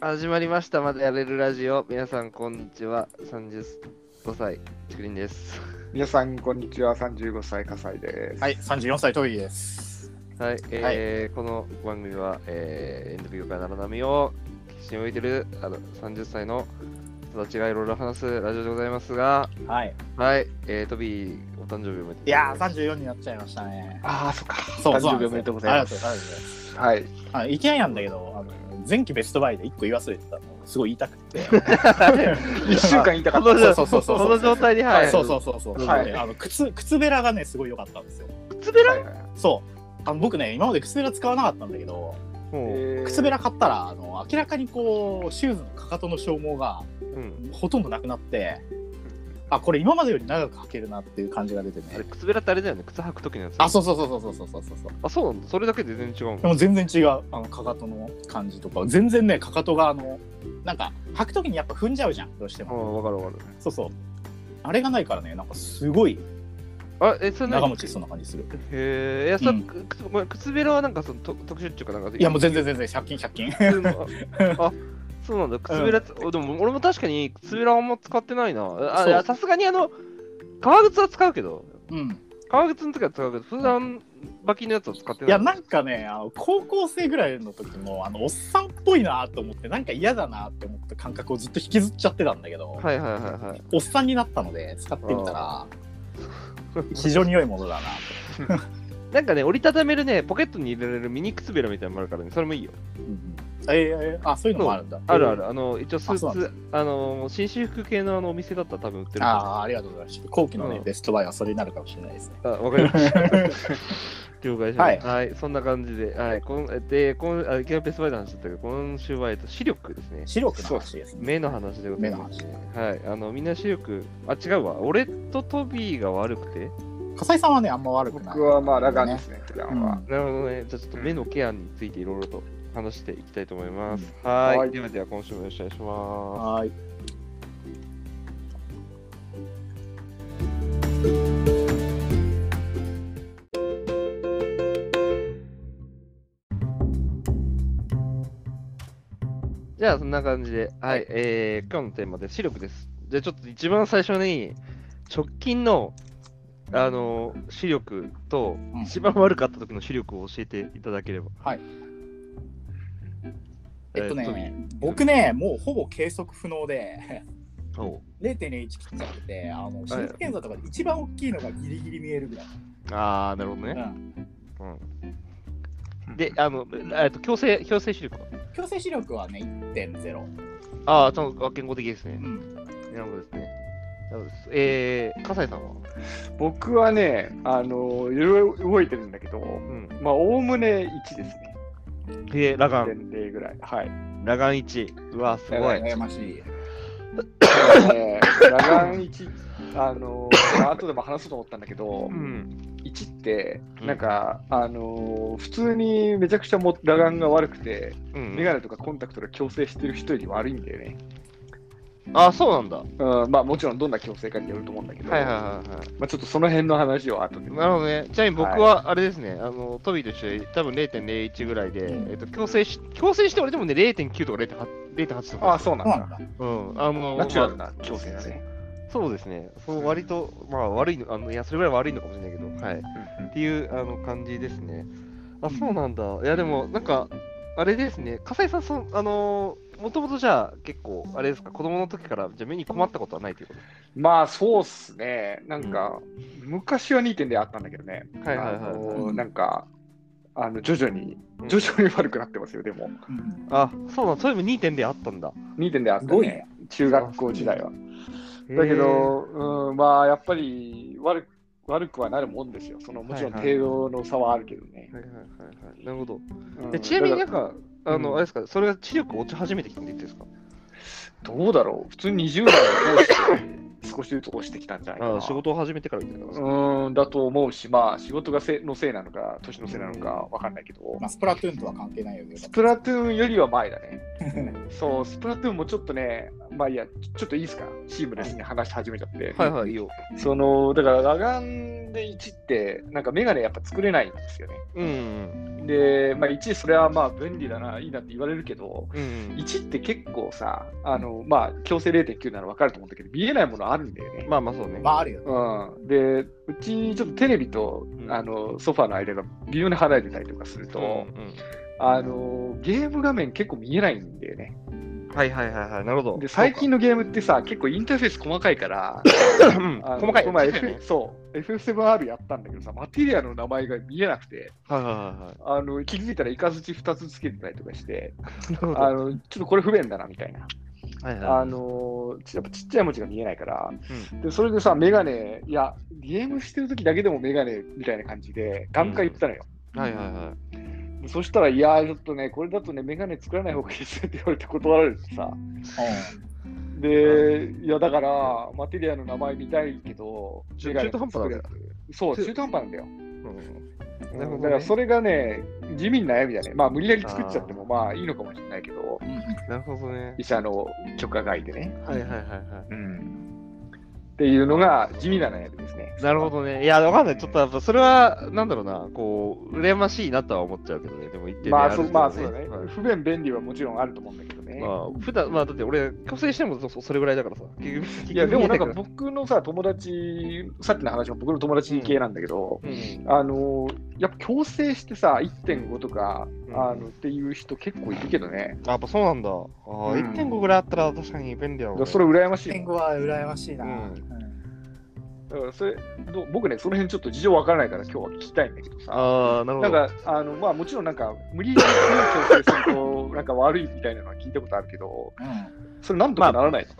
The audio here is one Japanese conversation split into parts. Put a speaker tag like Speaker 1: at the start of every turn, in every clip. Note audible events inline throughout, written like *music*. Speaker 1: 始まりました。まだやれるラジオ。皆さん、こんにちは。35歳、ちくりんです。 *laughs*
Speaker 2: 皆さん、こんにちは。35歳、笠井です。
Speaker 3: はい、三十四歳トイです。
Speaker 1: はい。えーこの番組は、えー、エンド業界の荒波を岸に置いてるあの30歳の人たちがいろいろ話すラジオでございますが、
Speaker 3: はい。
Speaker 1: はい。えー、トビー、お誕生日おめでとうござます。
Speaker 3: いやー、三十四になっちゃいましたね。
Speaker 2: ああ、そっか。
Speaker 3: そう、
Speaker 2: 誕生日
Speaker 3: そ
Speaker 2: おめでとうご
Speaker 3: な
Speaker 2: ざい
Speaker 3: ん
Speaker 2: ま。
Speaker 3: ですすよありがとうございます。
Speaker 2: はい。
Speaker 3: あ、いきなりなんだけど、あの前期ベストバイで一個言い忘れてたの、すごい言いたく
Speaker 2: *laughs*
Speaker 3: て。
Speaker 2: 1週間言いたかっ
Speaker 1: この状
Speaker 3: *laughs* そうそうそうそう
Speaker 1: この状態で、はい。
Speaker 3: そうそうそうそう。
Speaker 2: はい
Speaker 3: あのねあの靴靴べらがねすごい良かったんですよ。
Speaker 1: う。靴べ
Speaker 2: た。
Speaker 1: ら、
Speaker 2: はいはいはい
Speaker 3: そう。あの僕ね今まで靴べら使わなかったんだけど
Speaker 1: もう、
Speaker 2: えー
Speaker 3: 靴べら買ったらあの明らかにこうシューズのかかとの消耗が
Speaker 1: うん。
Speaker 3: ほとんどなくなってあこれ今までより長く履けるなっていう感じが出て
Speaker 1: あ
Speaker 3: ね
Speaker 1: れ、靴べらってあれだよね。靴履くときのやつ。
Speaker 3: あそうそうそうそうそうそうそうそう
Speaker 1: あ、そうなんだ。それだけで全然違うん
Speaker 3: でも全然違うあのかかとの感じとか全然ねかかとがあのなんか履く時にやっぱ踏んじゃうじゃんどうして
Speaker 1: ああ、
Speaker 3: も
Speaker 1: わかるわかる。
Speaker 3: そうそうあれがないからねなんかすごい
Speaker 1: あ、え、それ何
Speaker 3: 長持ちしそうな感じする
Speaker 1: へえ、いや、そ、
Speaker 3: うん
Speaker 1: く靴ごめん靴べらはなんかそのと特殊っていうか、なんか、
Speaker 3: いやもう全然全然100均100均 *laughs*
Speaker 1: 普通のああそうなんだ、靴べらつ、おでも俺も確かに靴べらあんま使ってないな。あ
Speaker 3: そう
Speaker 1: いやさすがにあの、革靴は使うけど、
Speaker 3: うん
Speaker 1: 革靴の時は使うけど、普段バキのやつは使って
Speaker 3: い
Speaker 1: ない。
Speaker 3: やなんかねあの高校生ぐらいの時もあのおっさんっぽいなと思ってなんか嫌だなって思った感覚をずっと引きずっちゃってたんだけど、
Speaker 1: はいはいはいはい。
Speaker 3: おっさんになったので使ってみたら非常に良いものだなと
Speaker 1: なんかね、折りたためるね、ポケットに入れられるミニ靴べらみたいなのもあるからね、それもいいよ。
Speaker 3: えー、あそういうのもあるんだ
Speaker 1: あるある、あの、一応ス
Speaker 3: あそう
Speaker 1: ー
Speaker 3: なん
Speaker 1: ツ、あの、紳士服系のあのお店だったら多分売ってるから。
Speaker 3: ああー、ありがとうございます。後期のね、
Speaker 1: うん
Speaker 3: ベストバイはそれになるかもしれないですね。
Speaker 1: あ、わかりま *laughs* した。了解しました。はい、そんな感じで、はい、こんで、こんあ、いきなりペースバイの話だったけど、今週は、えっと、視力ですね。
Speaker 3: 視力の話ですね。
Speaker 1: 目の話でございます、ね。はい、あの、みんな視力、あ、違うわ、俺とトビーが悪くて。
Speaker 3: 笠井さんはね、あんま悪くない。
Speaker 2: 僕はまあ、ラガンですね、普段は。
Speaker 1: なるほどね、じゃあちょっと目のケアについていろいろと話していきたいと思います。はい
Speaker 2: はい
Speaker 1: ではでは今週もよろしくお願いします。
Speaker 3: はーい。
Speaker 1: じゃあ、そんな感じで、はい、えー、今日のテーマです視力です。じゃあ、ちょっと一番最初に、直近の、あの視力と、
Speaker 3: ん
Speaker 1: 一番悪かった時の視力を教えていただければ。
Speaker 3: はい。え
Speaker 1: え
Speaker 3: っと
Speaker 1: ートビ
Speaker 3: ね
Speaker 1: ー、
Speaker 3: 僕ね、もうほぼ計測不能で、
Speaker 1: お
Speaker 3: 0.01切っちゃってて、あの視力検査とかで一番大きいのがギリギリ見えるぐらい。
Speaker 1: あー、なるほどね。
Speaker 3: うん
Speaker 1: うんで、あの、えっと、強制、強制視力は
Speaker 3: 強制視力はね、1.0。
Speaker 1: ああ、ちゃんと健康的です
Speaker 3: う
Speaker 1: ね。
Speaker 3: ん。
Speaker 1: なるほどですね。なるほどです。えー、笠井さんは
Speaker 2: 僕はね、あの、いろいろ動いてるんだけど、
Speaker 1: うん。
Speaker 2: まあ、おおむね1ですね。
Speaker 1: えー、ラガン。
Speaker 2: 0.0ぐらい。はい。
Speaker 1: ラガン1。うわ、すごい。
Speaker 3: 羨ましい。
Speaker 2: だから
Speaker 3: *laughs*
Speaker 2: ねラガン1、あの、まあ後でも話そうと思ったんだけど
Speaker 1: う、ん。
Speaker 2: 1って、
Speaker 1: うん
Speaker 2: なんか、あの、普通にめちゃくちゃもラガンが悪くて、
Speaker 1: うん
Speaker 2: メガネとかコンタクトで矯正してる人より悪いんだよね。
Speaker 1: あ、そうなんだ。は
Speaker 2: うん、まあもちろんどんな矯正かによると思うんだけ
Speaker 1: い
Speaker 2: ど、
Speaker 1: はいはいは
Speaker 2: まあ、ちょっとその辺の話を後で。
Speaker 1: い。なるほどね。ちなみに僕は、あれですね、あの、トビーと一緒で、多分0.01ぐらいで、
Speaker 3: うん
Speaker 1: えっと、強制し、強制して俺でもね、0.9とか0.8 0.8と
Speaker 2: あ
Speaker 1: か。
Speaker 2: あ、そうなん
Speaker 3: そうなん
Speaker 2: だ。
Speaker 3: だ。
Speaker 1: うん。あの、
Speaker 2: ナチュラル
Speaker 1: まあ
Speaker 2: な矯正だね。
Speaker 1: そうですね。そう、割と、まあ、悪いの、あの、いや、それぐらい悪いのかもしれないけど、はい。っていうあの感じですね。あ、
Speaker 3: うん
Speaker 1: そうなんだ。いや、でも、なんか、あれですね、笠井さん、そあのー、もともとじゃあ、結構、あれですか、子供の時から、じゃあ目に困ったことはないということです
Speaker 2: まあそうっすね。なんか、昔は2点であったんだけどね。
Speaker 1: はいはいはい
Speaker 2: あのなんか、あの徐々に、徐々に悪くなってますよ、でも。
Speaker 3: うん
Speaker 1: あ、そうだ、そういえば2点であったんだ。
Speaker 2: 2点であった
Speaker 3: すごい
Speaker 2: ね
Speaker 3: ね。
Speaker 2: 中学校時代は。だ
Speaker 1: だ
Speaker 2: け、ど、うん、まあやっぱり悪く悪くはなるもんですよ。そのもちろん
Speaker 1: はいはい
Speaker 2: 程度の差はあるけどね。
Speaker 1: はいはいはいはい。なるほど。
Speaker 2: うん
Speaker 1: でちなみになん
Speaker 2: だら
Speaker 1: か、あの、
Speaker 2: うん
Speaker 1: あれですか、それが知力落ち始めてきてるんですか
Speaker 2: どうだろう普通に20代の方して少しずつ落ちてきたんじゃないかな。
Speaker 1: あ仕事を始めてからみたいな感じ
Speaker 2: うーんだと思うし、まあ、仕事がせのせいなのか、年のせいなのかわかんないけど、
Speaker 3: まあ、スプラトゥーンとは関係ないよね。
Speaker 2: スプラトゥーンよりは前だね。
Speaker 3: うん
Speaker 2: そう、スプラトゥーンもちょっとね、まあいいや、ちょちょっといいですか、シームレスに話し始めちゃって。
Speaker 1: はいはい、いいよ。
Speaker 2: そのだから、ラガン眼で1って、なんか眼鏡やっぱ作れないんですよね。
Speaker 1: うん
Speaker 2: で、まあ、1、それはまあ便利だな、いいなって言われるけど、
Speaker 1: うん、
Speaker 2: 1って結構さ、あのまあ、強制0.9なら分かると思うんだけど、見えないものあるんだよね。
Speaker 1: まあまあそうね。
Speaker 3: まああるよね。
Speaker 2: うん、で、うちちょっとテレビと、
Speaker 1: うん
Speaker 2: あのソファーの間が微妙に離れてたりとかすると、
Speaker 1: うん
Speaker 2: あのゲーム画面結構見えないんだよね。
Speaker 1: うん、はいはいはいはい、なるほど。
Speaker 2: で、最近のゲームってさ、結構インターフェース細かいから、
Speaker 1: うん
Speaker 2: あの
Speaker 1: 細かい。
Speaker 2: この前
Speaker 1: 確かに
Speaker 2: F そう、F7R やったんだけどさ、マテリアの名前が見えなくて、
Speaker 1: はいはいはいは
Speaker 2: あの気づいたらイカズチ2つつけてたりとかして、
Speaker 1: い。なるほど。
Speaker 2: あのちょっとこれ不便だなみたいな。
Speaker 1: はいはい
Speaker 2: あのちやっぱちっちゃい文字が見えないから、
Speaker 1: う
Speaker 2: でそれでさ、メガネ、いや、ゲームしてる時だけでもメガネみたいな感じで、段階言ってたのよ。
Speaker 1: はいはいは
Speaker 2: でそしたら、いやー、ちょっとね、これだとね、メガネ作らない方がいいですよって言われて断られてさ、で、いや、だから、マテリアの名前見たいけど、
Speaker 1: ちょ
Speaker 2: メガネ作るや
Speaker 1: 中
Speaker 2: つ
Speaker 1: 途半端
Speaker 2: そう、
Speaker 1: ちょ
Speaker 2: 中途半端なんだよ。
Speaker 1: い。うん
Speaker 2: うん
Speaker 1: なるほどね
Speaker 2: だから、それがね、地味に悩みだね。まあ、無理やり作っちゃっても、まあ、いいのかもしれないけど、
Speaker 1: なるほどね。
Speaker 2: 医者の許可外でね。
Speaker 1: はいはいはいは
Speaker 2: うん。っていうのが、地味な悩みですね。
Speaker 1: い。なるほどね。いや、わかんない。ちょっとやっぱそれは、なんだろうな、こう、羨ましいなとは思っちゃうけどね。でも言って
Speaker 2: まあ、そうまあ、そうだ
Speaker 1: だ
Speaker 2: ね
Speaker 1: ま。
Speaker 2: 不便、便利はもちろんあると思うんだけどね。
Speaker 1: あ、普段まあ、だって俺、強制してもそそれぐらいだからさ。結局
Speaker 2: いや、でもなんか、
Speaker 1: 結局
Speaker 2: 僕のさ、友達、さっきの話も僕の友達系なんだけど、
Speaker 1: 見えないか
Speaker 2: あのやっぱ強制してさ、1.5とか、
Speaker 1: うん
Speaker 2: あのっていう人結構いるけどね、
Speaker 1: らうん、あやっぱそうなんだ。ああ、
Speaker 2: うん
Speaker 1: 1.5ぐらいあったら確かに便利だ
Speaker 2: だ
Speaker 1: ろ
Speaker 2: からそれ羨ましい
Speaker 3: 天
Speaker 2: もん
Speaker 3: 狗は羨ましいな。
Speaker 1: うん
Speaker 2: だからそれど僕ね、その辺ちょっと事情わからないから、今日は聞きたいんだけどさ、
Speaker 1: ああ、なるほ
Speaker 2: な
Speaker 1: ど。
Speaker 2: んか、あのまあ、もちろんなんか、無理やり強い強制する *laughs* と、なんか悪いみたいなのは聞いたことあるけど、
Speaker 3: うん
Speaker 2: それなんとかならないの、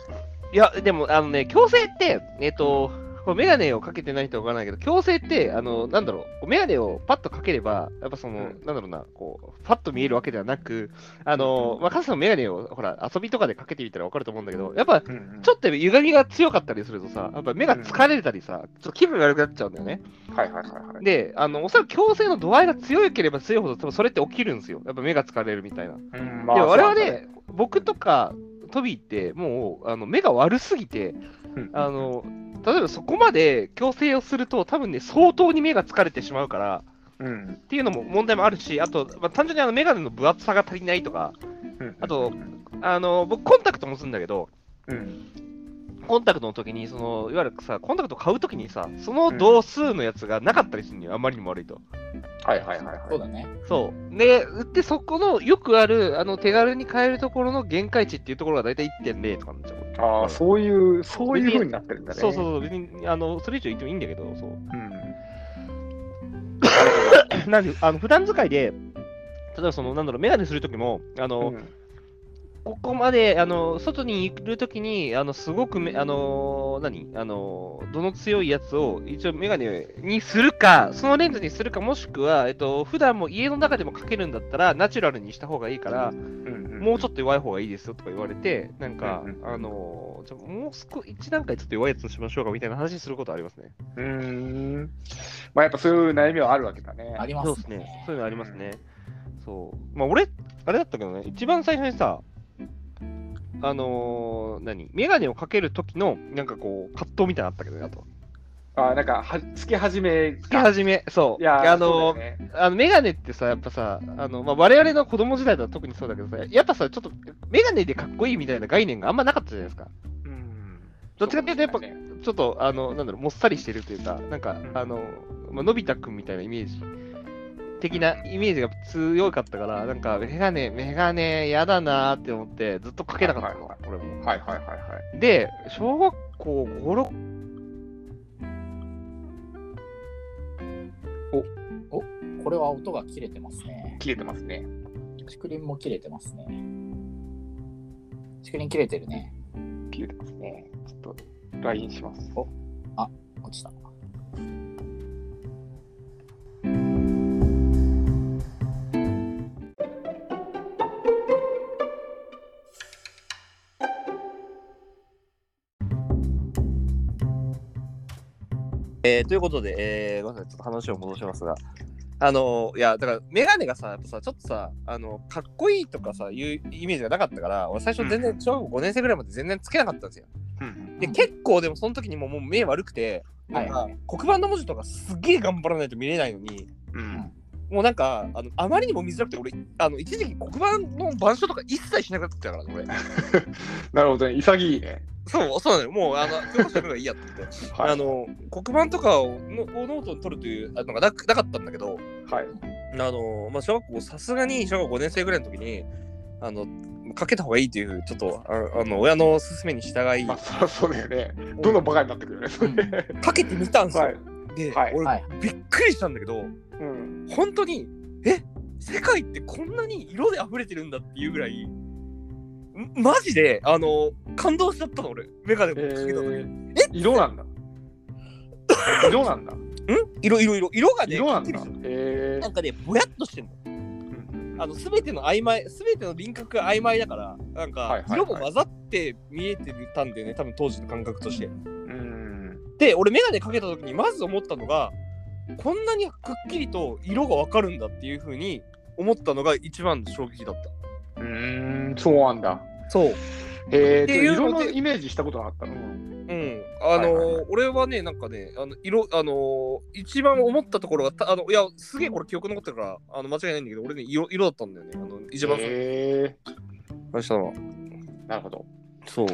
Speaker 1: いや、でも、あのね、矯正って、えっ、と、これメガネをかけてない人はわからないけど、矯正って、あの、なんだろうこう、メガネをパッとかければ、やっぱその、
Speaker 2: うん
Speaker 1: なんだろうな、こう、パッと見えるわけではなく、あの、まあ、カスのメガネを、ほら、遊びとかでかけてみたらわかると思うんだけど、やっぱ、ち
Speaker 2: うん
Speaker 1: ょっと歪みが強かったりするとさ、やっぱ目が疲れたりさ、ちょっと気分が悪くなっちゃうんだよね。
Speaker 2: はいはいはいはい。
Speaker 1: で、あの、おそらく矯正の度合いが強ければ強いほど、多分それって起きるんですよ。やっぱ目が疲れるみたいな。
Speaker 2: うん
Speaker 1: で我々、、
Speaker 2: そうなんだね
Speaker 1: 僕とかトビーってもうあの目が悪すぎて、
Speaker 2: うん
Speaker 1: あの例えばそこまで矯正をすると多分ね相当に目が疲れてしまうから
Speaker 2: うん
Speaker 1: っていうのも問題もあるしあと、まあ、単純にあの眼鏡の分厚さが足りないとか
Speaker 2: うん
Speaker 1: あとあの僕コンタクトもするんだけど
Speaker 2: うん
Speaker 1: コンタクトの時にそのいわゆるさコンタクト買う時にさその度数のやつがなかったりするのよあまりにも悪いと。
Speaker 2: はいはいはいはい。
Speaker 3: そうだね。
Speaker 1: そう。で、で、そこのよくある、あの、手軽に買えるところの限界値っていうところが大体1.0とかなんちゃう。
Speaker 2: あ
Speaker 1: う
Speaker 2: あ、
Speaker 1: ん
Speaker 2: そういう、そういう風になってるんだね。
Speaker 1: そうそうそう、別にあのそれ以上言ってもいいんだけど、そう。
Speaker 2: うん。うん。
Speaker 1: *coughs* なんで、あの普段使いで、例えばその、なんだろう、メガネするときも、あの、ここまで、あの、外にいるときに、あの、すごくめ、あの、何あの、どの強いやつを、一応メガネにするか、そのレンズにするか、もしくは、えっと、普段も家の中でもかけるんだったら、ナチュラルにした方がいいから、
Speaker 2: うん
Speaker 1: もうちょっと弱い方がいいですよとか言われて、なんか
Speaker 2: うんう、ん
Speaker 1: あの、じゃあもう少し、一段階ちょっと弱いやつにしましょうかみたいな話することありますね。
Speaker 2: うーん。まあやっぱそういう悩みはあるわけだね。
Speaker 3: ありま
Speaker 1: そうですすね。。そういうのありますね。そう。まあ、俺、あれだったけどね、一番最初にさ、あのー、何メガネをかける時の、なんかこう、葛藤みたいなのあったけどね、あと。
Speaker 2: あなんかは、つけ始め
Speaker 1: つけ始め、そう。
Speaker 2: いや、
Speaker 1: あの
Speaker 2: そうだよね
Speaker 1: あの、メガネってさ、やっぱさ、あの、まあ、我々の子供時代だと特にそうだけどさ、やっぱさ、ちょっと、メガネでかっこいいみたいな概念があんまなかったじゃないですか。
Speaker 2: うん。
Speaker 1: どっちかっていうと、やっぱ、
Speaker 2: そうだね
Speaker 1: ちょっと、あの、なんだろう、もっさりしてるというか、なんか、あの、まあのび太くんみたいなイメージ、的なイメージが強かったから、なんか、メガネ、メガネ、やだなーって思って、ずっとかけなかったの、
Speaker 2: はい
Speaker 1: 俺も。
Speaker 2: はいはいはいはい。
Speaker 1: で、小学校5、6、
Speaker 3: これは音が切れてますね。
Speaker 2: 切れてますね。
Speaker 3: スクリーンも切れてますね。スクリーン切れてるね。
Speaker 2: 切れてますね。ちょっと、LINE します。
Speaker 3: 落ちた。
Speaker 1: えーということで、えー、ごめんなさい、ちょっと話を戻しますが、あのー、いや、だから、メガネがさ、やっぱさ、ちょっとさ、あの、かっこいいとかさ、いうイメージがなかったから、俺最初全然、小学校5年生ぐらいまで全然つけなかったんですよ。
Speaker 2: うん。
Speaker 1: で、結構でもその時にももう目悪くて、
Speaker 3: はい
Speaker 1: なんか黒板の文字とかすっげえ頑張らないと見れないのに、
Speaker 2: うん。
Speaker 1: もうなんか、あのあまりにも見づらくて、俺、あの一時期黒板の板書とか一切しなくなってたからね、俺。
Speaker 2: なるほどね。潔いね。
Speaker 1: そう、そうなのよ。もう、あの、
Speaker 2: *laughs*
Speaker 1: 教科書の方がいいやって言って。
Speaker 2: はい。
Speaker 1: あの、黒板とかをのをノートに取るというあのがなくなかったんだけど、
Speaker 2: はい。
Speaker 1: あの、まあ、小学校、さすがに小学校5年生ぐらいの時に、あの、かけた方がいいという、ちょっと、ああの、親の勧めに従い
Speaker 2: ま、あ、そりゃそうだよね。どんどんバカになってくるよね、それ。
Speaker 1: かけてみたんですよ。
Speaker 2: はい。
Speaker 1: で、
Speaker 2: はい
Speaker 1: 俺、
Speaker 3: はい
Speaker 1: びっくりしたんだけど、
Speaker 2: うん。
Speaker 1: 本当に、え世界ってこんなに色で溢れてるんだっていうぐらい、んマジで、あの、感動しちゃったの、俺。メガネ
Speaker 2: え
Speaker 1: かけた時に。
Speaker 2: ー、色な
Speaker 1: *laughs*
Speaker 2: んだ。色なんだ。
Speaker 1: ん色色色色がね
Speaker 2: 色なん
Speaker 1: く
Speaker 2: だ
Speaker 1: りする。
Speaker 2: え
Speaker 1: なんかねぼやっとしてんの
Speaker 2: ー。
Speaker 1: あの全ての曖昧全ての輪郭が曖昧だからなん
Speaker 2: はいはい
Speaker 1: か
Speaker 2: はい
Speaker 1: 色も混ざって見えてたんだよね多分当時の感覚として、
Speaker 2: うん。
Speaker 1: で俺眼鏡かけた時にまず思ったのがこんなにくっきりと色がわかるんだっていう風に思ったのが一番の衝撃だっ
Speaker 2: うーん、そうなんだ。
Speaker 1: たそう
Speaker 2: えー、
Speaker 1: っていうので
Speaker 2: 色のイメージしたことなかったの。
Speaker 1: うんあのー
Speaker 2: はいはいは
Speaker 1: 俺はねなんかねあの色あのー一番思ったところがたあのいやすげえこれ記憶残ってるからあの間違いないんだけど俺ね色色だったんだよねあの一番最
Speaker 2: え
Speaker 1: 初したのは
Speaker 2: ー、なるほど。
Speaker 1: そう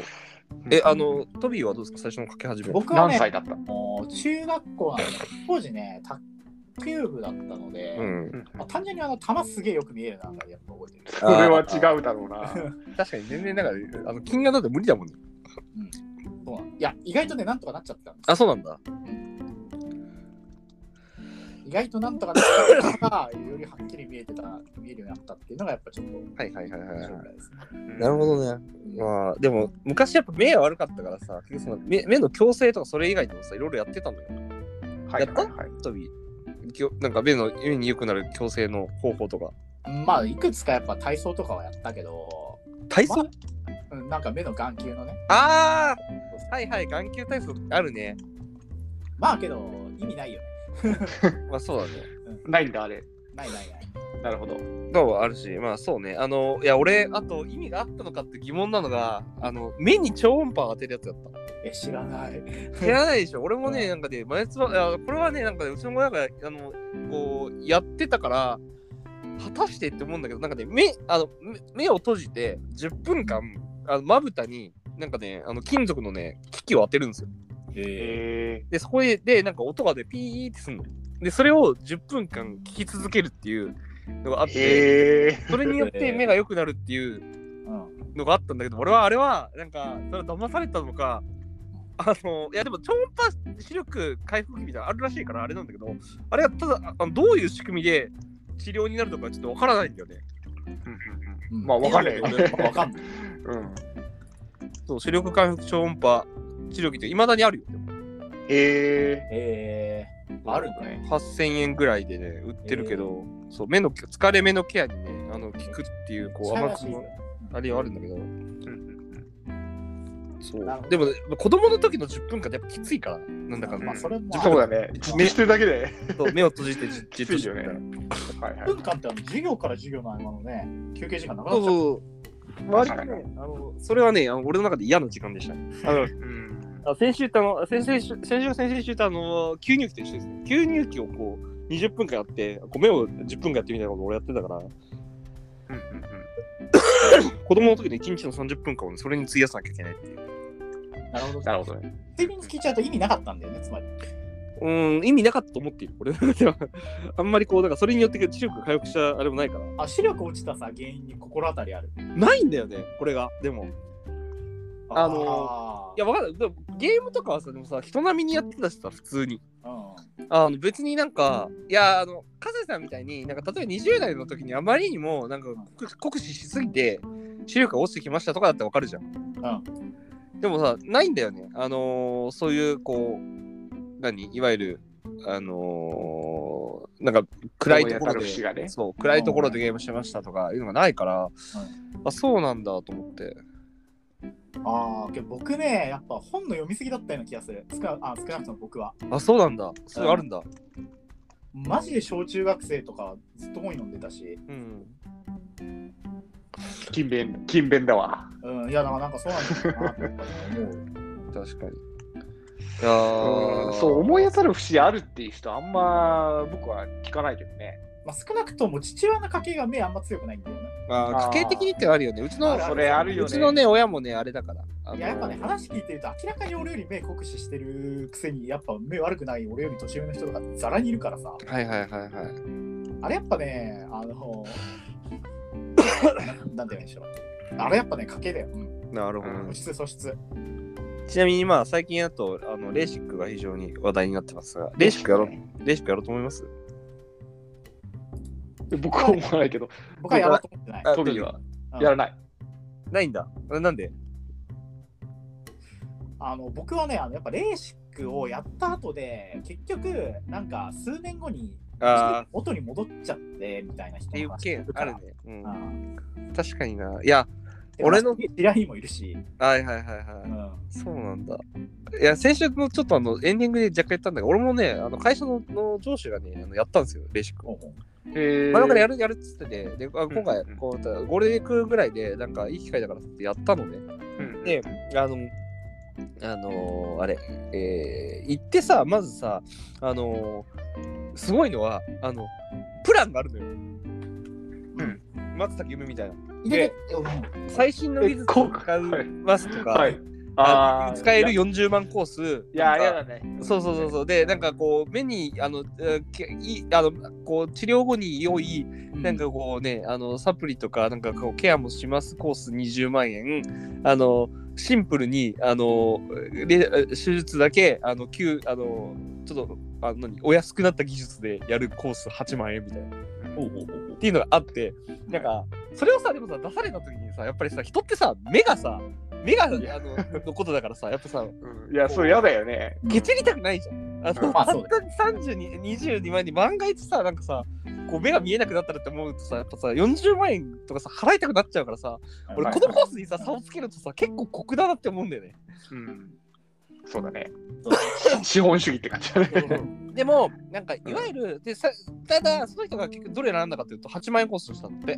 Speaker 1: え、あ、の、トビーはどうですか最初の書き始め。
Speaker 3: 僕は
Speaker 2: 何
Speaker 3: ね
Speaker 2: 歳だった
Speaker 3: もう中学校なんです当時ね卓球部だったので、
Speaker 1: うん。
Speaker 2: *laughs*
Speaker 3: まあ、単純にあの球すげえよく見えるなやっぱ覚えてる
Speaker 2: それは違うだろうな。
Speaker 1: 確かに全然、なんか、あの、金額だって無理だもんね。
Speaker 3: そうなのいや意外とねなんとかなっちゃったんです
Speaker 1: あ、そうなんだ。
Speaker 3: 意外となんとかなっちゃった
Speaker 1: *laughs*
Speaker 3: からよりはっきり見えてた見えるようになったっていうのがやっぱちょっと
Speaker 1: はいはいはいはいは
Speaker 3: 面
Speaker 1: い
Speaker 3: 白。いです
Speaker 1: *laughs*
Speaker 3: ね、
Speaker 1: なるほどね。まあ、でも、昔やっぱ目が悪かったからさ、結局その目目の矯正とかそれ以外にもさ、いろいろやってたのよ。
Speaker 2: はいはいはい。
Speaker 1: トビー。きょなんか目の目に良くなる矯正の方法とか。
Speaker 3: まあいくつかやっぱ体操とかはやったけど
Speaker 1: 体操、
Speaker 3: まあうんなんか目の眼球のね
Speaker 1: ああはいはい、眼球体操あるね。
Speaker 3: まあけど意味ないよね
Speaker 1: まあそうだね。
Speaker 2: ないんだ、あれ。
Speaker 3: ないないない
Speaker 2: なるほど。
Speaker 1: どうもあるし、まあそうね。あの、いや、俺、あと意味があったのかって疑問なのが、あの、目に超音波当てるやつだった。
Speaker 3: *laughs* え知らない
Speaker 1: 知らないでしょ俺も
Speaker 3: う
Speaker 1: ね、
Speaker 3: ん
Speaker 1: なんかね、前つば、いやこれはね、なんかね、うちの親が、あの、こう、やってたから、果たしてって思うんだけど、なんかね、目、あの、目目を閉じて、10分間、あのまぶたに、なんかね、あの、金属のね、機器を当てるんですよ。
Speaker 3: え
Speaker 2: え
Speaker 1: で、そこで、で、なんか音がで、ピーってすんの。で、それを10分間聞き続けるっていうのがあっ
Speaker 2: ー、
Speaker 1: て、
Speaker 2: えー。
Speaker 1: それによって目が良くなるっていう、
Speaker 3: うん
Speaker 1: のがあったんだけど、俺はあれは、なんか、それは騙されたのか、あの、いやでも超音波視力回復器みたいなのあるらしいから、あれなんだけど、あれはただ、ああのどういう仕組みで治療になるのかちょっとわからないんだよね。
Speaker 3: うん
Speaker 2: まあ、わかんないよね。
Speaker 3: わかんない
Speaker 2: うん。
Speaker 1: そう、視力回復超音波治療器っていまだにあるよ。
Speaker 2: え
Speaker 3: えー、あるんだね。
Speaker 1: 8000円ぐらいでね、売ってるけど、そう、目の、疲れ目のケアにね、あの、効くっていう、こう、甘くのあれはあるんだけど、
Speaker 2: ー。
Speaker 1: そ
Speaker 3: なるほ
Speaker 1: う。
Speaker 3: ど
Speaker 1: でもね、子供の時の10分間ってやっぱきついから、なんだかんだ、
Speaker 3: まあそれも
Speaker 2: そうだね。一日してるだけで。
Speaker 1: そう目を閉じて *laughs* じっ
Speaker 2: き
Speaker 1: じっ
Speaker 2: つ
Speaker 1: と
Speaker 2: い
Speaker 1: して
Speaker 2: よ
Speaker 1: る
Speaker 2: ね
Speaker 1: から。。
Speaker 2: はいは
Speaker 1: *laughs*
Speaker 2: い
Speaker 3: 1。分間ってあの授業から授業の合間のね、休憩時間なくな
Speaker 1: そ
Speaker 3: っ
Speaker 1: う
Speaker 3: ちゃう。
Speaker 1: そう。割とね、あの、それはね、あの俺の中で嫌な時間でしたね。あの、
Speaker 2: うん。
Speaker 1: あ先週とあの、先々週、先週、先々週とあの、吸入器と一緒ですね。吸入器をこう、20分間やって、こう目を10分間やってみたいなことを俺やってたから、
Speaker 2: うんうん
Speaker 1: 子供の時の1日の30分間をね、それに費やさなきゃいけないっていう。
Speaker 3: なるほど。
Speaker 2: うんなるほどね。
Speaker 3: 睡眠聞いちゃうと意味なかったんだよね、つまり。
Speaker 1: うん、意味なかったと思っている。俺の中では。あんまりこう、だからそれによって視力が回復したあれもないから。
Speaker 3: あ、視力落ちたさ、原因に心当たりある。
Speaker 1: ないんだよね、これが。でも。あ
Speaker 3: の
Speaker 1: いや、わかんない。でもゲームとかはさ、でもさ、人並みにやってたしさ、普通に。
Speaker 3: う
Speaker 1: あの別になんか、いや、あの、カズさんみたいに、なんか例えば20代の時にあまりにも、なんか酷酷使しすぎて、視力が落ちてきましたとかだったらわかるじゃん。でもさ、ないんだよね。あのーそういう、こう、何、いわゆる、あのーなんか暗いところ
Speaker 2: 思い当たる
Speaker 1: で、
Speaker 2: 節がね
Speaker 1: そう、暗いところでゲームしてましたとかいうのがないから、あ、そうなんだと思って。
Speaker 3: ん。ああ、けど僕ね、やっぱ本の読みすぎだったような気がする。少なあ少なくとも僕は。
Speaker 1: あ、そうなんだ。そういうのあるんだ。
Speaker 3: マジで小中学生とかずっと本読んでたし、
Speaker 1: うん。
Speaker 2: 勤勉、勤勉だわ。
Speaker 1: *laughs*
Speaker 3: うん、いや、だからなんかそうなんだろうな、とかね思う。
Speaker 1: 確かに。いやー
Speaker 2: うんそう思い当たる節あるっていう人あんま僕は聞かないけどね。
Speaker 3: まあ、少なくとも父親の家系が目あんま強くないんだよね。
Speaker 1: あー
Speaker 2: あー
Speaker 1: 家系的にってあるよね。うちの
Speaker 2: あそれあるよね
Speaker 1: うちのね、親もね、あれだから。あの
Speaker 3: いややっぱね話聞いてると明らかに俺より目酷使してるくせにやっぱ目悪くない俺より年上の人とかザラにいるからさ
Speaker 1: はいはいはいはい。
Speaker 3: あれやっぱねあのなんて言うんでしょうあれやっぱね家系だよ、うん、
Speaker 1: なるほ
Speaker 2: う
Speaker 1: ど
Speaker 3: 素。質素質
Speaker 1: ちなみに、まあ、最近だと、あの、レーシックが非常に話題になってますが、レーシックやろう、レーシックやろうと思います
Speaker 2: 僕は思わないけど、
Speaker 3: 僕はやろうと思ってない
Speaker 1: あ
Speaker 2: トビーは
Speaker 3: うん
Speaker 2: やらない。
Speaker 1: ないんだ。あなんで
Speaker 3: あの僕はねあのやっぱレーシックをやった後で結局なんか数年後に
Speaker 1: ああ、っ
Speaker 3: 元に戻っちゃってみたいな人
Speaker 1: ていう
Speaker 3: の話
Speaker 1: 系
Speaker 3: 聞くか
Speaker 1: ある
Speaker 3: ら
Speaker 1: ね。う。
Speaker 3: うんん
Speaker 1: 確かにな。いや、
Speaker 3: で
Speaker 1: 俺の
Speaker 3: 白井もいるし、
Speaker 1: はいはいはい
Speaker 3: うん
Speaker 1: は、い。そうなんだ。いや、先週のちょっとあの、エンディングで若干言ったんだけど、俺もね、あの会社のの上司がね、あのやったんですよ、レーシックを。
Speaker 2: へ
Speaker 1: 前からや
Speaker 2: る
Speaker 1: るやるっつってて、であ今
Speaker 2: う
Speaker 1: 回
Speaker 2: んうん
Speaker 1: こう、ゴールデンウィークぐらいで、なんかいい機会だからってやったのね。で、あの、あのーあれ、えー行ってさ、まずさ、あのーすごいのは、あの、プランがあるのよ。うん。松崎夢みたいな。で、最新の技術を使
Speaker 2: えこうは
Speaker 1: う
Speaker 2: い
Speaker 1: ますとか、
Speaker 2: はい。
Speaker 1: あ
Speaker 2: あー
Speaker 1: 使える40万コース。
Speaker 2: い
Speaker 1: な
Speaker 2: や、いや
Speaker 1: ん
Speaker 2: 嫌
Speaker 1: か
Speaker 2: だね。
Speaker 1: そうそうそうそうでなんかこう目にあの、えーけいあのこう治療後に良いなんかこうね、あのサプリとかなんかこうケアもしますコース20万円あのシンプルにあのレ手術だけあの旧あのちょっとあの何お安くなった技術でやるコース8万円みたいなっ
Speaker 3: おうおうおう
Speaker 1: ていうのがあってなんかそれをさでもさ出された時にさやっぱりさ人ってさ目がさ目があののことだからさやっぱさ
Speaker 2: うんいや、それ嫌だよね。
Speaker 1: ケチりたくないじゃん。あの、
Speaker 3: まあ
Speaker 1: た
Speaker 3: そ
Speaker 1: っ
Speaker 3: う
Speaker 1: た32 22万円に万が一さ、なんかさ、こう目が見えなくなったらって思うとさ、やっぱさ、40万円とかさ、払いたくなっちゃうからさ、俺、
Speaker 2: はい
Speaker 1: このコースにさ、差をつけるとさ、結構酷だなって思うんだよね。
Speaker 2: うん。そう
Speaker 1: *laughs*
Speaker 2: だね
Speaker 3: そう。
Speaker 2: 資本主義って感じだね。
Speaker 1: でも、なんか、いわゆる、でさただ、その人が結局どれ選んだかというと、8万円コースにしたんだって。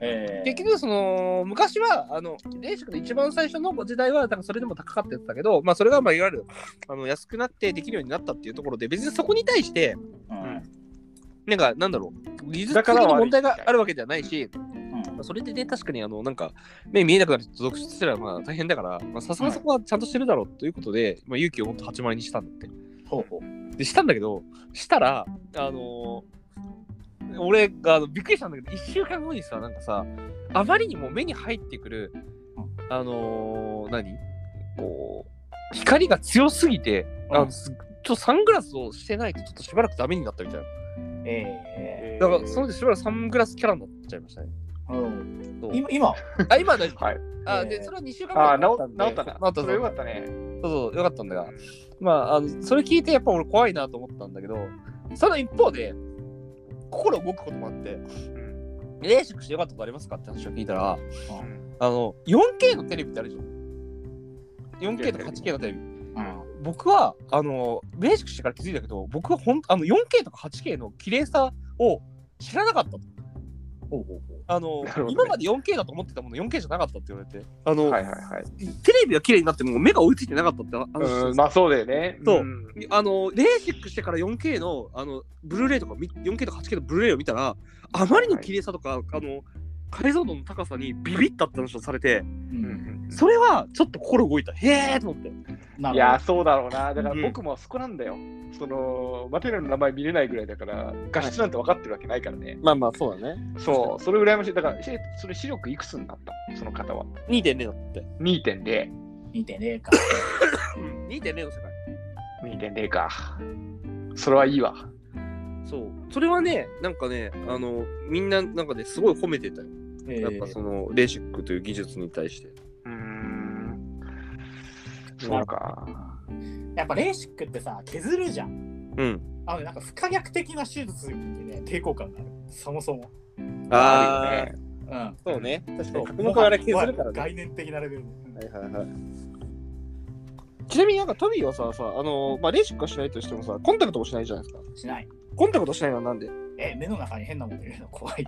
Speaker 3: えー
Speaker 1: 結局その昔はあのレーシックの一番最初の時代はなんかそれでも高かったやつだけど、まあ、それがまあいわゆるあの安くなってできるようになったっていうところで別にそこに対して
Speaker 3: うん
Speaker 1: なんか、なんだろう、技術
Speaker 2: だ
Speaker 1: 的
Speaker 2: か
Speaker 1: に
Speaker 2: ら悪い
Speaker 1: 問題があるわけじゃないし、
Speaker 3: うん
Speaker 1: それでね、確かに、あの、なんか、目見えなくなると続出すらまあ大変だから、まあさすがそこはちゃんとしてるだろうということで、まあ、勇気を持って8万円にしたんだって。
Speaker 3: ほうほう
Speaker 1: で、したんだけど、したら、あのー俺があのびっくりしたんだけど、1週間後にさ、なんかさ、あまりにも目に入ってくる、あのー何こう、光が強すぎて、あ
Speaker 3: うん
Speaker 1: のすちょっとサングラスをしてないと、ちょっとしばらくダメになったみたいな。
Speaker 3: え
Speaker 1: だから、そのでしばらくサングラスキャラになっちゃいま
Speaker 2: *laughs*
Speaker 1: したね。
Speaker 3: ーうん
Speaker 1: そう
Speaker 3: 今今
Speaker 1: あ、今は大丈夫。
Speaker 2: はい。
Speaker 1: あ、
Speaker 3: え
Speaker 1: で、
Speaker 3: ー
Speaker 1: それは2週間
Speaker 2: ああ、
Speaker 1: ぐらい
Speaker 2: 治
Speaker 1: 経んで
Speaker 2: 治ったな。
Speaker 1: 治った、
Speaker 2: それよか
Speaker 1: そう
Speaker 2: ったね。
Speaker 1: そう、よかったんだが。まあ、あの、それ聞いて、やっぱ俺怖いなと思ったんだけど、その一方で、心動くこともあって、
Speaker 2: うん
Speaker 1: レーシックしてよかったことありますかって話を聞いたら、
Speaker 2: うん
Speaker 1: あの、4K のテレビってあるじゃん。4K とか 8K のテレビ。
Speaker 3: うん
Speaker 1: 僕は、あの、レーシックしてから気づいたけど、僕はほん、あの、4K とか 8K の綺麗さを知らなかったと。
Speaker 3: ほうほうほう
Speaker 1: あの、
Speaker 2: なるほどね
Speaker 1: 今まで 4K だと思ってたもの 4K じゃなかったって言われて、あの、
Speaker 2: はいはいはい。
Speaker 1: テレビが綺麗になっても目が追いついてなかったって話して
Speaker 2: う
Speaker 1: る
Speaker 2: ん、まあそうだよね。
Speaker 1: そうんあのレーシックしてから 4K のあのブルーレイとかみ 4K とか 8K のブルーレイを見たらあまりの綺麗さとか、あの解像度の高さにビビったって話をされて
Speaker 3: うん
Speaker 2: うん
Speaker 1: それはちょっと心動いたへえと思って
Speaker 3: ないるほ
Speaker 2: や、そうだろうな。だか
Speaker 1: うん
Speaker 2: ら僕もあそこなんだよ。その、マテリアの名前見れないぐらいだから、画質なんて分かってるわけないからね。
Speaker 1: まあまあそうだね
Speaker 2: そう、それ羨ましい。だから、しそれ視力いくつになったその方は。
Speaker 1: 2.0だって、
Speaker 2: 2.0。
Speaker 3: ど見てねえか
Speaker 1: うん、2.0の世界
Speaker 2: 2.0か。それはいいわ。
Speaker 1: そうそれはねなんかねあのみんななんかねすごい褒めてたよ
Speaker 3: え
Speaker 1: やっ
Speaker 3: ー
Speaker 1: ぱそのレーシックという技術に対して
Speaker 2: うーん。そうか。
Speaker 3: やっぱレーシックってさ削るじゃん
Speaker 1: うん
Speaker 3: あのねなんか不可逆的な手術にね抵抗感があるそもそも
Speaker 2: あるよね
Speaker 3: うん
Speaker 1: そうね確
Speaker 3: そう概念的なレベルで
Speaker 1: はいはいはい。ちなみになんかトビーはさ、さあのーまあ、レーシックはしないとしてもさ、コンタクトもしないじゃないですか。
Speaker 3: しない
Speaker 1: コンタクトしないのはなんで
Speaker 3: え目の中に変なもの入れるの怖い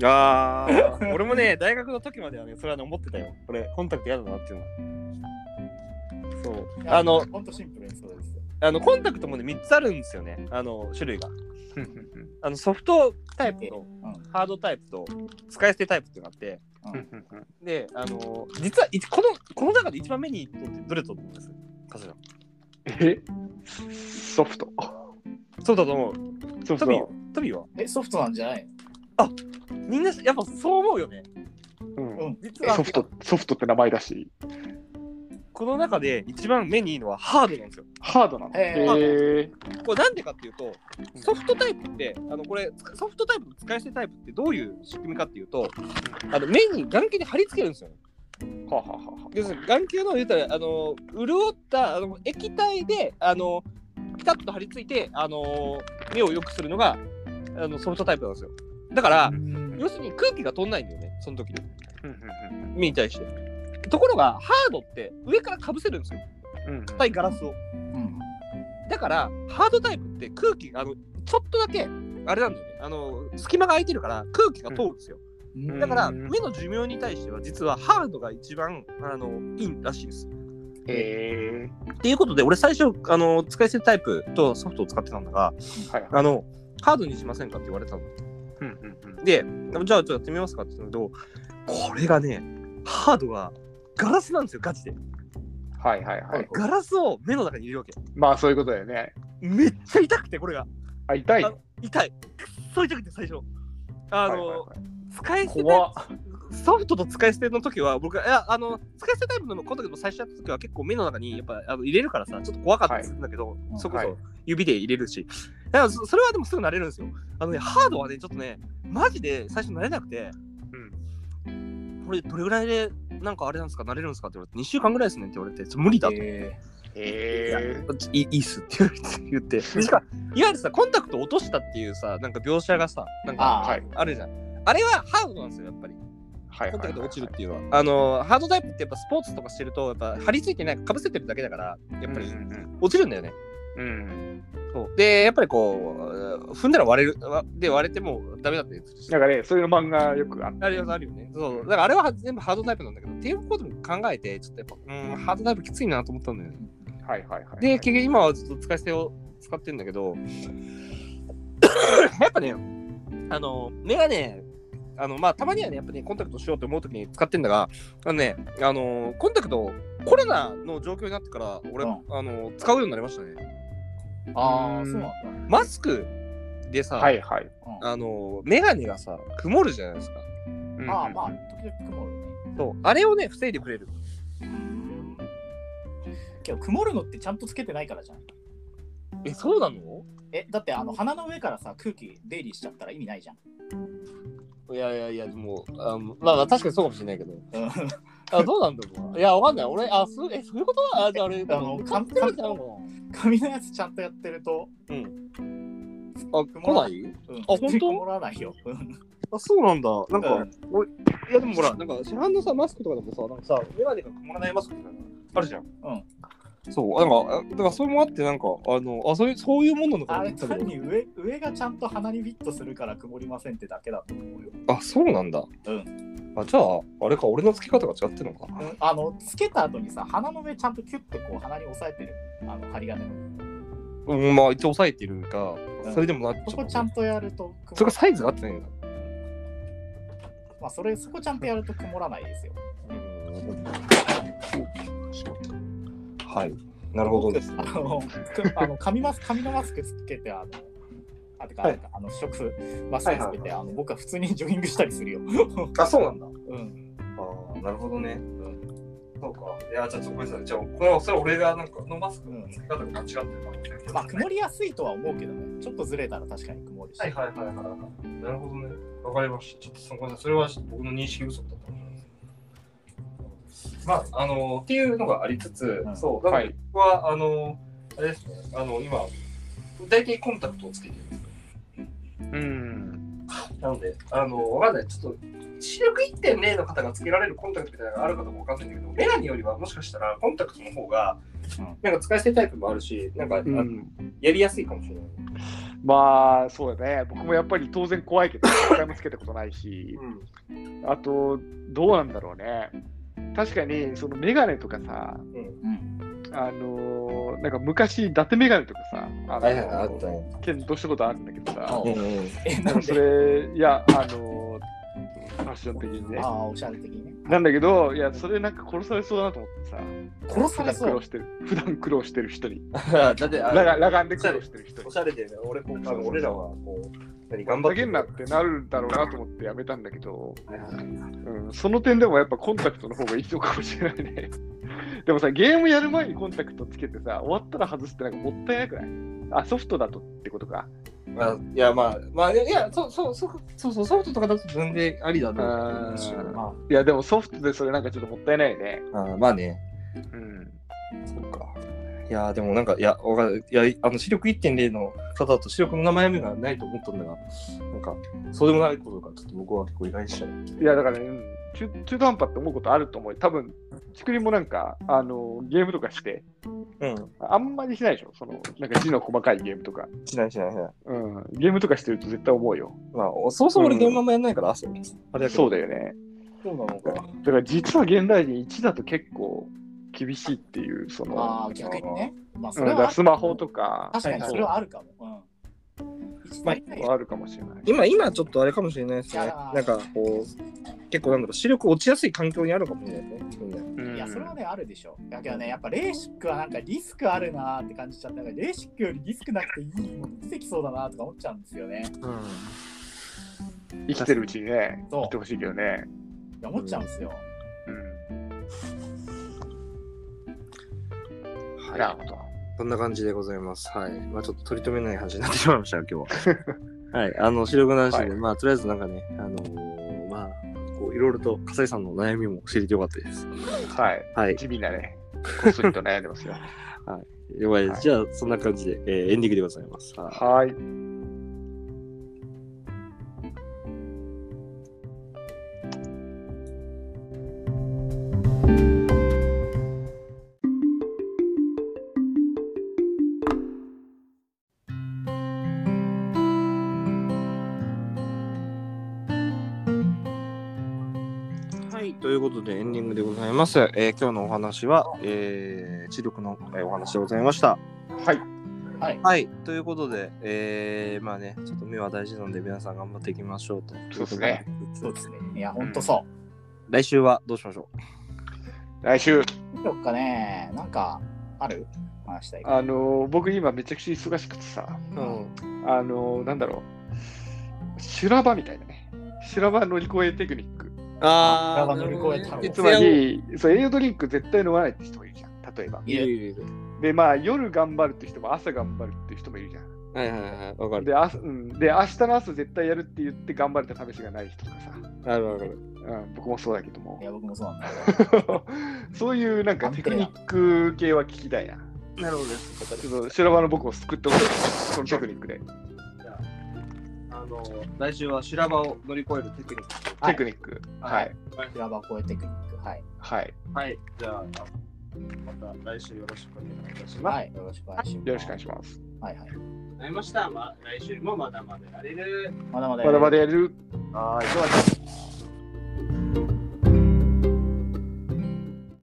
Speaker 3: と
Speaker 1: ああ、 *laughs* 俺もね、大学の時まではね、それはね、思ってたよ。これ、コンタクト嫌だなっていうのは。そう
Speaker 3: いや
Speaker 1: あの
Speaker 3: ほんとシンプルにそうです。
Speaker 1: あのコンタクトもね3つあるんですよねあの種類が
Speaker 2: うんうん
Speaker 1: あのソフトタイプと
Speaker 3: うん
Speaker 1: ハードタイプと使い捨てタイプっていうのがあって
Speaker 2: うんうんうん
Speaker 1: であの実はいこのこの中で一番目にとってどれだと思いますカズさん
Speaker 2: えソフト。
Speaker 1: そうだと思う
Speaker 2: ソフ
Speaker 1: トビーは
Speaker 2: ト。
Speaker 1: トビーは
Speaker 3: え、ソフトなんじゃない
Speaker 1: みんなやっぱそう思うよね
Speaker 2: うん
Speaker 3: うん
Speaker 1: 実
Speaker 2: え
Speaker 1: は
Speaker 2: ソフト、ソフトって名前だし、
Speaker 1: この中で一番目にいいのはハードなんですよ
Speaker 2: ハードなの。
Speaker 3: へ
Speaker 2: へ
Speaker 1: これなんでかっていうとソフトタイプってあのこれソフトタイプと使い捨てタイプってどういう仕組みかっていうとあの目に眼球に貼り付けるんですよ
Speaker 2: ー。はあはあはあは
Speaker 1: 要するに眼球の言うたらあの潤ったあの液体であのピタッと張り付いてあの目を良くするのがあのソフトタイプなんですよだから
Speaker 2: あ。うん
Speaker 1: 要するに空気が飛んないんだよねその時に
Speaker 2: うんうん
Speaker 1: 目に対してところがハードって上からかぶせるんですよ
Speaker 2: うんうん
Speaker 1: 硬いガラスを
Speaker 3: うん。
Speaker 1: だからハードタイプって空気があのちょっとだけあれなんだよねあの隙間が空いてるから空気が通るんですよ、
Speaker 2: うん
Speaker 1: だから
Speaker 2: うん
Speaker 1: 目の寿命に対しては実はハードが一番あのいいらしいです
Speaker 2: へ
Speaker 1: っていうことで、俺最初、あの、使い捨てタイプとソフトを使ってたんだが、
Speaker 2: ーはいはい
Speaker 1: あの、ハードにしませんかって言われたの。
Speaker 2: うんうんうん
Speaker 1: で、じゃあちょっとやってみますかって言うんだけど、これがね、ハードがガラスなんですよ、ガチで。
Speaker 2: はいはいはい。
Speaker 1: ガラスを目の中に入れるわけ。
Speaker 2: まあそういうことだよね。
Speaker 1: めっちゃ痛くて、これが。
Speaker 2: あ、痛いの。
Speaker 1: あ痛い。くっそ痛くて、最初。あの、
Speaker 2: はいはいはい
Speaker 1: 使い捨てタイ
Speaker 2: 怖っ。
Speaker 1: プソフトと使い捨ての時は僕いやあの使い捨てタイプのこの時も最初やった時は結構目の中にやっぱあの入れるからさちょっと怖かったりするんだけど、
Speaker 3: い
Speaker 1: それこ
Speaker 2: は
Speaker 1: そ
Speaker 2: い
Speaker 1: 指で入れるし、だからそそれはでもすぐ慣れるんですよあのねハードはねちょっとねマジで最初慣れなくてこれどれぐらいでなんかあれなんですか慣れるんですかって言われて2週間ぐらいですねって言われてちょ無理だと、
Speaker 3: え
Speaker 2: へえ。
Speaker 1: いいいいっすって言われて言
Speaker 2: *laughs*
Speaker 1: ってしかいわゆるさコンタクト落としたっていうさなんか描写がさなんか
Speaker 3: あー
Speaker 2: はい
Speaker 1: あるじゃんあれはハードなんですよやっぱり
Speaker 2: はいは
Speaker 1: コ
Speaker 2: いはいはい。
Speaker 1: ンタクト落ちるっていうのは、あのハードタイプってやっぱスポーツとかしてるとやっぱ張り付いてないかぶせてるだけだからやっぱり
Speaker 2: うんうん
Speaker 1: 落ちるんだよね、
Speaker 2: うん。うん
Speaker 1: そうでやっぱりこう踏んだら割れるわで割れてもダメだって
Speaker 2: なんかね、そういう漫画よくあっ
Speaker 1: あるよあるよねそうだからあれは全部ハードタイプなんだけどっていうことも考えてちょっとやっぱうんハードタイプきついなと思ったんだよね
Speaker 2: た。はいはいはい。
Speaker 1: で結局今はずっと使い捨てを使ってるんだけどやっぱねあのメガネあのまあたまにはねやっぱねコンタクトしようと思うときに使ってんだがあのねあのコンタクトコロナの状況になってから俺、
Speaker 3: うん
Speaker 1: あの使うようになりましたね
Speaker 3: ー、ああ、そうなんだ。
Speaker 1: マスクでさ、
Speaker 2: はいはい。
Speaker 1: あのメガネがさ曇るじゃないですか
Speaker 2: うん
Speaker 3: ああ、まあ、時々曇るね。
Speaker 1: そうあれをね防いでくれる
Speaker 3: けど曇るのってちゃんとつけてないからじゃん。
Speaker 1: えそうなの
Speaker 3: え、だってあの鼻の上からさ空気出入りしちゃったら意味ないじゃん。
Speaker 1: いやいやいやでもあのまあまあ確かにそうかもしれないけど
Speaker 3: うん
Speaker 1: あどうなんだろういやわかんない俺あすえそういうことあじゃああれ
Speaker 3: あの
Speaker 1: 買ってるわけなのか
Speaker 3: 髪のやつちゃんとやってると、
Speaker 1: なうんあ来ない
Speaker 3: うん、あ
Speaker 1: 本当
Speaker 3: 曇らないよ。うん
Speaker 1: あそうなんだなんか、
Speaker 3: うん
Speaker 1: おいいやでもほらなんか市販のさマスクとかでもさなんかさメガネが曇らないマスクみたいなのあるじゃんうんそうなんかあだからそれもあってなんかあのあそういうそういうもんなのか
Speaker 3: あ
Speaker 1: な
Speaker 3: れ
Speaker 1: と思った
Speaker 3: 単
Speaker 1: けど
Speaker 3: に上上がちゃんと鼻にフィットするから曇りませんってだけだと思うよ。
Speaker 1: あそうなんだ
Speaker 3: う
Speaker 1: あじゃああれか俺の付け方が違ってるのかな
Speaker 3: うんあのつけた後にさ鼻の上ちゃんとキュッてこう鼻に押さえてるあの針金の
Speaker 1: うんまあ一応抑えてるがそれでもなっ
Speaker 3: そ
Speaker 1: ちゃ
Speaker 3: こ
Speaker 1: う
Speaker 3: ちゃんとやると
Speaker 1: それ
Speaker 3: 曇
Speaker 1: がサイズが合ってないんだ
Speaker 3: まあそれそこちゃんとやると曇らないですよ。
Speaker 1: はい。なるほどです。
Speaker 3: あの、くあの紙マス紙のマスクつけて、あの、あてか、
Speaker 1: はい
Speaker 3: あの、食、マスクつけて、あの、僕は普通にジョギングしたりするよ。
Speaker 1: あ、そうなんだ。
Speaker 3: うん。
Speaker 1: ああ、なるほどね。そうか。いや、ちょっとごめんなさい。じゃあ、これは、それは俺がなんか、のマスクの付け方が間違ってるかもしれない。
Speaker 3: まあ、曇りやすいとは思うけどね、ちょっとずれたら確かに曇るし。
Speaker 1: はいはいはいはい。なるほどね。わかりました。ちょっとそのごめんなさい。それはちょっと僕の認識不足だったかもしれないです。まあ、あの、っていうのがありつつ、
Speaker 3: うん
Speaker 1: そう、だか
Speaker 2: は
Speaker 1: ら
Speaker 2: い
Speaker 1: 僕は、あの、あれですね、あの、今、大体コンタクトをつけてるんです
Speaker 2: うん。
Speaker 1: なので、あの、わかんない。ちょっと、視力1.0の方がつけられるコンタクトみたいなのがあるかどうかわかんないんだけど、メガネよりはもしかしたらコンタクトの方が
Speaker 3: うん、
Speaker 1: なんか使い捨てタイプもあるし、なんか、あ
Speaker 2: う
Speaker 1: の
Speaker 2: ん。
Speaker 1: やりやすいかもしれない。
Speaker 2: まあそうだね。僕もやっぱり当然怖いけど、一回もつけたことないし、
Speaker 1: う
Speaker 2: あと、どうなんだろうね。確かに、そのメガネとかさ、
Speaker 1: ん。うん。
Speaker 3: うん。
Speaker 2: あのーなんか昔、伊達メガネとかさ、あのー
Speaker 4: はいはい、あったね。
Speaker 2: 検討したことあるんだけどさ、
Speaker 4: うんうん。
Speaker 3: え、
Speaker 2: で
Speaker 3: な
Speaker 2: も
Speaker 3: ん
Speaker 2: そ
Speaker 3: で
Speaker 2: れ、いや、あのーファッション的にね
Speaker 3: あ。あ、おしゃれ的にね。
Speaker 2: なんだけど、いや、それなんか殺されそうだなと思ってさ、
Speaker 3: 殺
Speaker 2: 普
Speaker 3: され
Speaker 2: 段苦
Speaker 3: そ
Speaker 2: 労
Speaker 3: う。
Speaker 2: してる、普段苦労してる人に、
Speaker 4: だって、あ
Speaker 2: 裸眼裸眼で苦労してる人
Speaker 4: お
Speaker 2: に、
Speaker 4: しゃれでね、俺、こう、多分俺らは、こう、何、頑張
Speaker 2: ふ
Speaker 4: って
Speaker 2: ざけ
Speaker 4: る
Speaker 2: んなってなるだろうなと思ってやめたんだけど、
Speaker 4: はいはい
Speaker 2: うん、その点でもやっぱコンタクトの方がいいのかもしれないね。 *laughs* でもさ、ゲームやる前にコンタクトつけてさ、終わったら外すってなんかもったいなくないあ、ソフトだとってことか。
Speaker 4: まあ、いや、まあ、
Speaker 1: まあ、いや、そうそうそうそうそう、ソフトとかだと全然ありだと思う
Speaker 2: あー
Speaker 3: ま
Speaker 2: いや、でもソフトでそれなんかちょっともったいないね。
Speaker 4: あーまあね、
Speaker 2: うん。
Speaker 4: そっか。いやー、でもなんか、いや、わかる。いや、あの、視力1.0の方だと視力の悩みがないと思ったんだが、なんか、そうでもないことが、ちょっと僕は結構意外でしたね。
Speaker 2: いや、だからね、うん中中途半端って思うことあると思うよ。多分、ちくりもなんか、あの、ゲームとかして、
Speaker 4: うん。
Speaker 2: あんまりしないでしょその、なんか字の細かいゲームとか。
Speaker 4: しないしないしない。
Speaker 2: うん。ゲームとかしてると絶対思うよ。
Speaker 4: まあ、そもそも俺ゲームあんまやんないから、そうあれだけど
Speaker 2: そうだよね。
Speaker 4: そうなのか。
Speaker 2: だから実は現代人1だと結構厳しいっていう、その。
Speaker 3: あ、あー逆にね。まあ、
Speaker 2: う
Speaker 3: そ
Speaker 2: ん、
Speaker 3: れ
Speaker 2: だから
Speaker 3: は、
Speaker 2: スマホとか
Speaker 3: 確かにそれはあるかも。うん。
Speaker 4: まあ
Speaker 2: はあるかもしれない。
Speaker 1: 今、今ちょっとあれかもしれないです
Speaker 3: い
Speaker 1: ね
Speaker 3: や。ー
Speaker 1: なんかこう、結構なんだろう、視力落ちやすい環境にあるかもしれないですねみんな。
Speaker 3: いや、それはね、あるでしょ。だけどね、やっぱレーシックはなんかリスクあるなーって感じちゃったから、レーシックよりリスクなくていいもの出てきそうだなーとか思っちゃうんですよね。
Speaker 2: 生きてるうちにね、
Speaker 3: そう
Speaker 2: 生きてほしいけどね。
Speaker 3: いや思っちゃうんですよ。
Speaker 2: うん、なるほど。
Speaker 1: そんな感じでございます。はい。まあちょっと取り留めない話になってしまいましたが、今日は。はい。あの、視力の話で、
Speaker 2: はい
Speaker 1: まあとりあえずなんかね、あのーまあこう、いろいろと、笠井さんの悩みも教えてよかったです。
Speaker 2: はい。
Speaker 1: はい。
Speaker 2: 地味なね、 *laughs* こっそりと悩んでますよ。
Speaker 1: やばい
Speaker 2: はい
Speaker 1: じゃあ、そんな感じで、えーエンディングでございます。はい
Speaker 2: はい。
Speaker 1: はい、ということでエンディングでございます。えー今日のお話は、えー、知力の、えーお話でございました。
Speaker 2: はい。
Speaker 3: はい。
Speaker 1: はい、ということで、えーまあね、ちょっと目は大事なので皆さん頑張っていきましょうと。
Speaker 2: そうですね。
Speaker 3: そうですね。いや、ほんとそ
Speaker 1: 来週はどうしましょう
Speaker 2: 来週、
Speaker 3: う。どっかね、なんかある話したい。
Speaker 2: あのー僕今めちゃくちゃ忙しくてさ、
Speaker 1: うん。
Speaker 2: あのーなんだろう、修羅場みたいなね。修羅場乗り越えテクニック。
Speaker 1: あ
Speaker 3: ーなるほどね
Speaker 2: つまり、そう栄養ドリンク絶対飲まないって人もいるじゃん、例えば。
Speaker 1: いるいるいる。
Speaker 2: で、まあ、夜頑張るって人も朝頑張るって人もいるじゃん。
Speaker 1: はいはいはい、わかる。
Speaker 2: で、あうん、で明日の朝絶対やるって言って頑張れた試しがない人とかさ、
Speaker 1: あるわかる。
Speaker 2: うん、僕もそうだけども
Speaker 3: い、や、僕もそうなんだ。
Speaker 2: *laughs* そういうなんかテクニック系は聞きたいな。
Speaker 1: なるほどです。
Speaker 2: ちょっと修羅場の僕を救ってほしい、そのテクニックで。
Speaker 1: あの来週は修羅場を乗り越えるテクニック。
Speaker 3: はい
Speaker 2: テクニック。は
Speaker 1: はいい。
Speaker 3: クラバー超えテクニック。はい。
Speaker 2: はい。
Speaker 1: はい、じゃあ、また来週よろしくお願いいたし
Speaker 3: はい。よろしくお願いします。
Speaker 2: よろしくお願いします。
Speaker 3: はいはい。
Speaker 1: す。なりました。まあ、来週もまだまだやれる。
Speaker 3: まだまだ。
Speaker 2: まだまだやる。
Speaker 1: はい、今日は